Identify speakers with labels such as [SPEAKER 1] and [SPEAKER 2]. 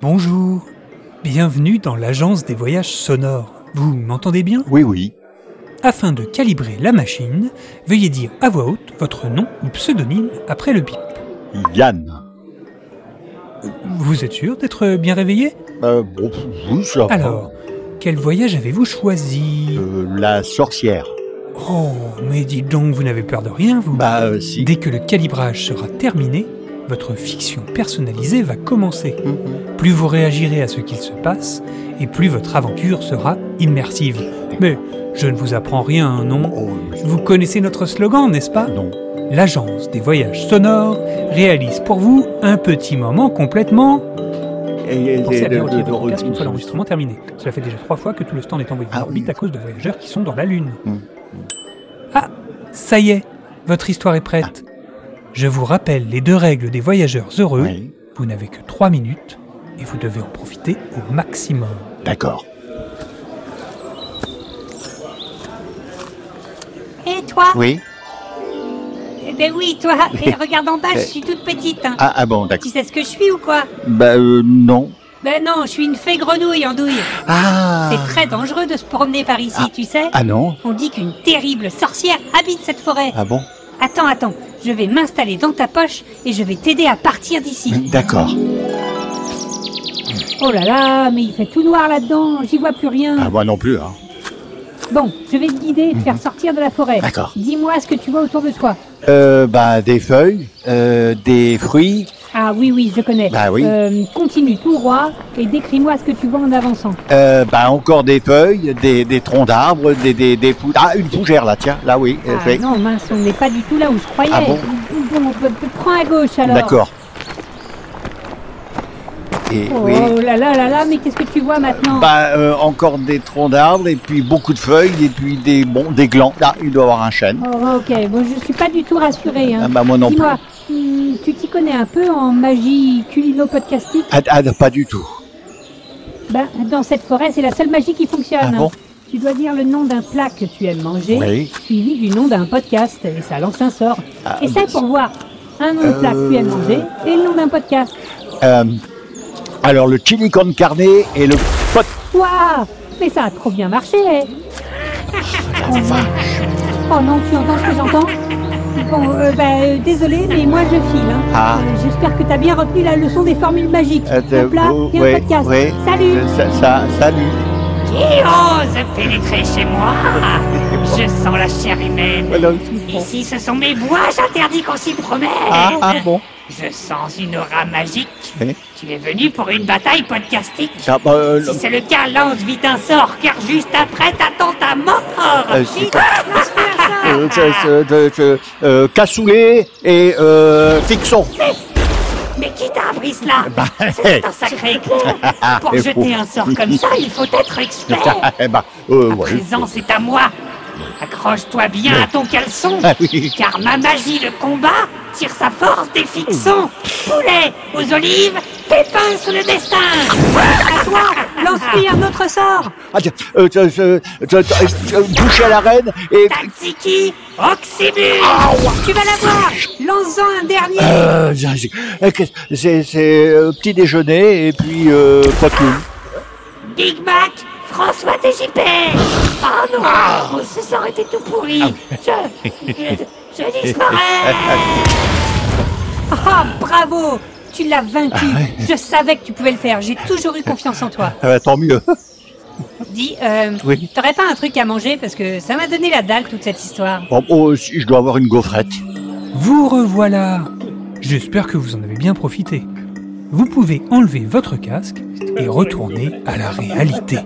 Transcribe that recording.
[SPEAKER 1] Bonjour, bienvenue dans l'agence des voyages sonores. Vous m'entendez bien
[SPEAKER 2] Oui, oui.
[SPEAKER 1] Afin de calibrer la machine, veuillez dire à voix haute votre nom ou pseudonyme après le bip.
[SPEAKER 2] Yann.
[SPEAKER 1] Vous êtes sûr d'être bien réveillé
[SPEAKER 2] Euh, bon, pff, oui, ça va.
[SPEAKER 1] Alors, quel voyage avez-vous choisi
[SPEAKER 2] Euh, la sorcière.
[SPEAKER 1] Oh, mais dites donc, vous n'avez peur de rien, vous
[SPEAKER 2] Euh. Bah, euh, si.
[SPEAKER 1] Dès que le calibrage sera terminé, votre fiction personnalisée va commencer.
[SPEAKER 2] Mhm.
[SPEAKER 1] Plus vous réagirez à ce qu'il se passe, et plus votre aventure sera immersive. Mais je ne vous apprends rien, non
[SPEAKER 2] Oh, oui.
[SPEAKER 1] Vous connaissez notre slogan, n'est-ce pas
[SPEAKER 2] Non.
[SPEAKER 1] L'agence des voyages sonores réalise pour vous un petit moment complètement... Pensez à bien retirer votre casque une fois l'enregistrement terminé. Cela fait déjà trois fois que tout le stand est envoyé
[SPEAKER 2] Ah
[SPEAKER 1] en orbite
[SPEAKER 2] oui.
[SPEAKER 1] à cause de voyageurs qui sont dans la Lune.
[SPEAKER 2] Mm.
[SPEAKER 1] Ah, ça y est, votre histoire est prête.
[SPEAKER 2] Ah.
[SPEAKER 1] Je vous rappelle les deux règles des voyageurs heureux.
[SPEAKER 2] Oui.
[SPEAKER 1] Vous n'avez que trois minutes et vous devez en profiter au maximum.
[SPEAKER 2] D'accord.
[SPEAKER 3] Et toi
[SPEAKER 2] Oui.
[SPEAKER 3] Eh Ben oui, toi. Et regarde en bas, je suis toute petite. hein.
[SPEAKER 2] Ah, ah bon,
[SPEAKER 3] Tu
[SPEAKER 2] d'accord.
[SPEAKER 3] sais ce que je suis ou quoi
[SPEAKER 2] Bah, euh, non.
[SPEAKER 3] Ben non, je suis une fée grenouille en douille.
[SPEAKER 2] Ah.
[SPEAKER 3] C'est très dangereux de se promener par ici,
[SPEAKER 2] Ah.
[SPEAKER 3] tu sais.
[SPEAKER 2] Ah non.
[SPEAKER 3] On dit qu'une terrible sorcière habite cette forêt.
[SPEAKER 2] Ah bon.
[SPEAKER 3] Attends, attends. Je vais m'installer dans ta poche et je vais t'aider à partir d'ici.
[SPEAKER 2] D'accord.
[SPEAKER 3] Oh là là, mais il fait tout noir là-dedans. J'y vois plus rien.
[SPEAKER 2] Ah moi non plus. Hein.
[SPEAKER 3] Bon, je vais te guider et te faire sortir de la forêt.
[SPEAKER 2] D'accord.
[SPEAKER 3] Dis-moi ce que tu vois autour de toi.
[SPEAKER 2] Euh, bah des feuilles, euh, des fruits.
[SPEAKER 3] Ah oui, oui, je connais.
[SPEAKER 2] Bah oui.
[SPEAKER 3] Euh, continue tout droit et décris-moi ce que tu vois en avançant.
[SPEAKER 2] Euh, bah encore des feuilles, des, des troncs d'arbres, des des des pou- Ah une fougère là tiens là oui. euh,
[SPEAKER 3] Ah
[SPEAKER 2] fait.
[SPEAKER 3] non, mince, on n'est pas du tout là où je croyais.
[SPEAKER 2] Ah bon
[SPEAKER 3] Bon, p- p- prends à gauche alors.
[SPEAKER 2] D'accord. Et
[SPEAKER 3] Oh,
[SPEAKER 2] oui.
[SPEAKER 3] là là là là, mais qu'est-ce que tu vois maintenant
[SPEAKER 2] Bah, euh, encore des troncs d'arbres et puis beaucoup de feuilles et puis des bon des glands. Là, il doit y avoir un chêne.
[SPEAKER 3] Oh, ok, bon, je suis pas du tout rassurée.
[SPEAKER 2] Ah
[SPEAKER 3] Hein.
[SPEAKER 2] bah moi non plus.
[SPEAKER 3] Dis-moi, hmm, tu t'y connais un peu en magie culino-podcastique
[SPEAKER 2] Ah, ah, pas du tout.
[SPEAKER 3] Ben, Dans cette forêt, c'est la seule magie qui fonctionne.
[SPEAKER 2] Ah
[SPEAKER 3] hein.
[SPEAKER 2] bon
[SPEAKER 3] Tu dois dire le nom d'un plat que tu aimes manger,
[SPEAKER 2] Oui.
[SPEAKER 3] suivi du nom d'un podcast, et ça lance un sort.
[SPEAKER 2] Ah,
[SPEAKER 3] Essaye
[SPEAKER 2] bah,
[SPEAKER 3] pour voir. Un nom de plat que tu aimes
[SPEAKER 2] Euh.
[SPEAKER 3] manger et le nom d'un podcast.
[SPEAKER 2] Euh, alors le chili con carne et le pot.
[SPEAKER 3] Waouh Mais ça a trop bien marché hein. Oh non, tu entends ce que j'entends Bon, euh, bah, euh, désolé, mais moi je file. hein.
[SPEAKER 2] Ah.
[SPEAKER 3] Euh, J'espère que t'as bien retenu la leçon des formules magiques.
[SPEAKER 2] Euh,
[SPEAKER 3] Un plat
[SPEAKER 2] oh,
[SPEAKER 3] et un
[SPEAKER 2] ouais,
[SPEAKER 3] podcast.
[SPEAKER 2] ouais.
[SPEAKER 3] Salut
[SPEAKER 2] Euh, ça- ça- salut.
[SPEAKER 4] Qui ose pénétrer chez moi Je sens la chair humaine.
[SPEAKER 2] Voilà, je comprends.
[SPEAKER 4] Ici, ce sont mes bois, j'interdis qu'on s'y promène.
[SPEAKER 2] Ah, ah bon.
[SPEAKER 4] Je sens une aura magique.
[SPEAKER 2] Eh
[SPEAKER 4] Tu es venu pour une bataille podcastique.
[SPEAKER 2] Ah, bah, euh, le-
[SPEAKER 4] Si c'est le cas, lance vite un sort, car juste après, t'attends ta mort.
[SPEAKER 2] euh, c'est- Euh, c'est- c'est- c'est- c'est- euh, cassoulet et euh, fixon.
[SPEAKER 4] Mais qui t'a appris cela
[SPEAKER 2] Bah,
[SPEAKER 4] C'est un sacré éclair. Pour
[SPEAKER 2] Et
[SPEAKER 4] jeter
[SPEAKER 2] fou.
[SPEAKER 4] un sort comme ça, il faut être expert.
[SPEAKER 2] Eh ben, euh,
[SPEAKER 4] À
[SPEAKER 2] ouais.
[SPEAKER 4] présent, c'est à moi. Accroche-toi bien à ton caleçon,
[SPEAKER 2] Ah oui.
[SPEAKER 4] car ma magie de combat tire sa force des fixons. Poulet aux olives, pépins sous le destin. À toi,
[SPEAKER 3] Lance-lui un autre sort
[SPEAKER 2] Ah, tiens, euh, c'est- c'est- c'est- c'est- euh, bouche à la reine et
[SPEAKER 4] Tatsiki, Oxybus.
[SPEAKER 3] Tu vas l'avoir Lance-en un dernier
[SPEAKER 2] Euh, j'ai- j'ai- euh, qu'est-ce- c'est c'est, euh, petit déjeuner et puis euh, popoum.
[SPEAKER 4] Big Mac, François TJP.
[SPEAKER 3] Ah
[SPEAKER 4] Oh non, mon sous aurait été tout pourri. Je, je, je disparais.
[SPEAKER 3] Ah, bravo Tu l'as vaincu Je savais que tu pouvais le faire, j'ai toujours eu confiance en toi.
[SPEAKER 2] Ah bah, tant mieux.
[SPEAKER 3] Dis, euh,
[SPEAKER 2] Oui.
[SPEAKER 3] t'aurais pas un truc à manger parce que ça m'a donné la dalle toute cette histoire.
[SPEAKER 2] Bon, oh, si, je dois avoir une gaufrette.
[SPEAKER 1] Vous revoilà J'espère que vous en avez bien profité. Vous pouvez enlever votre casque et retourner à la réalité.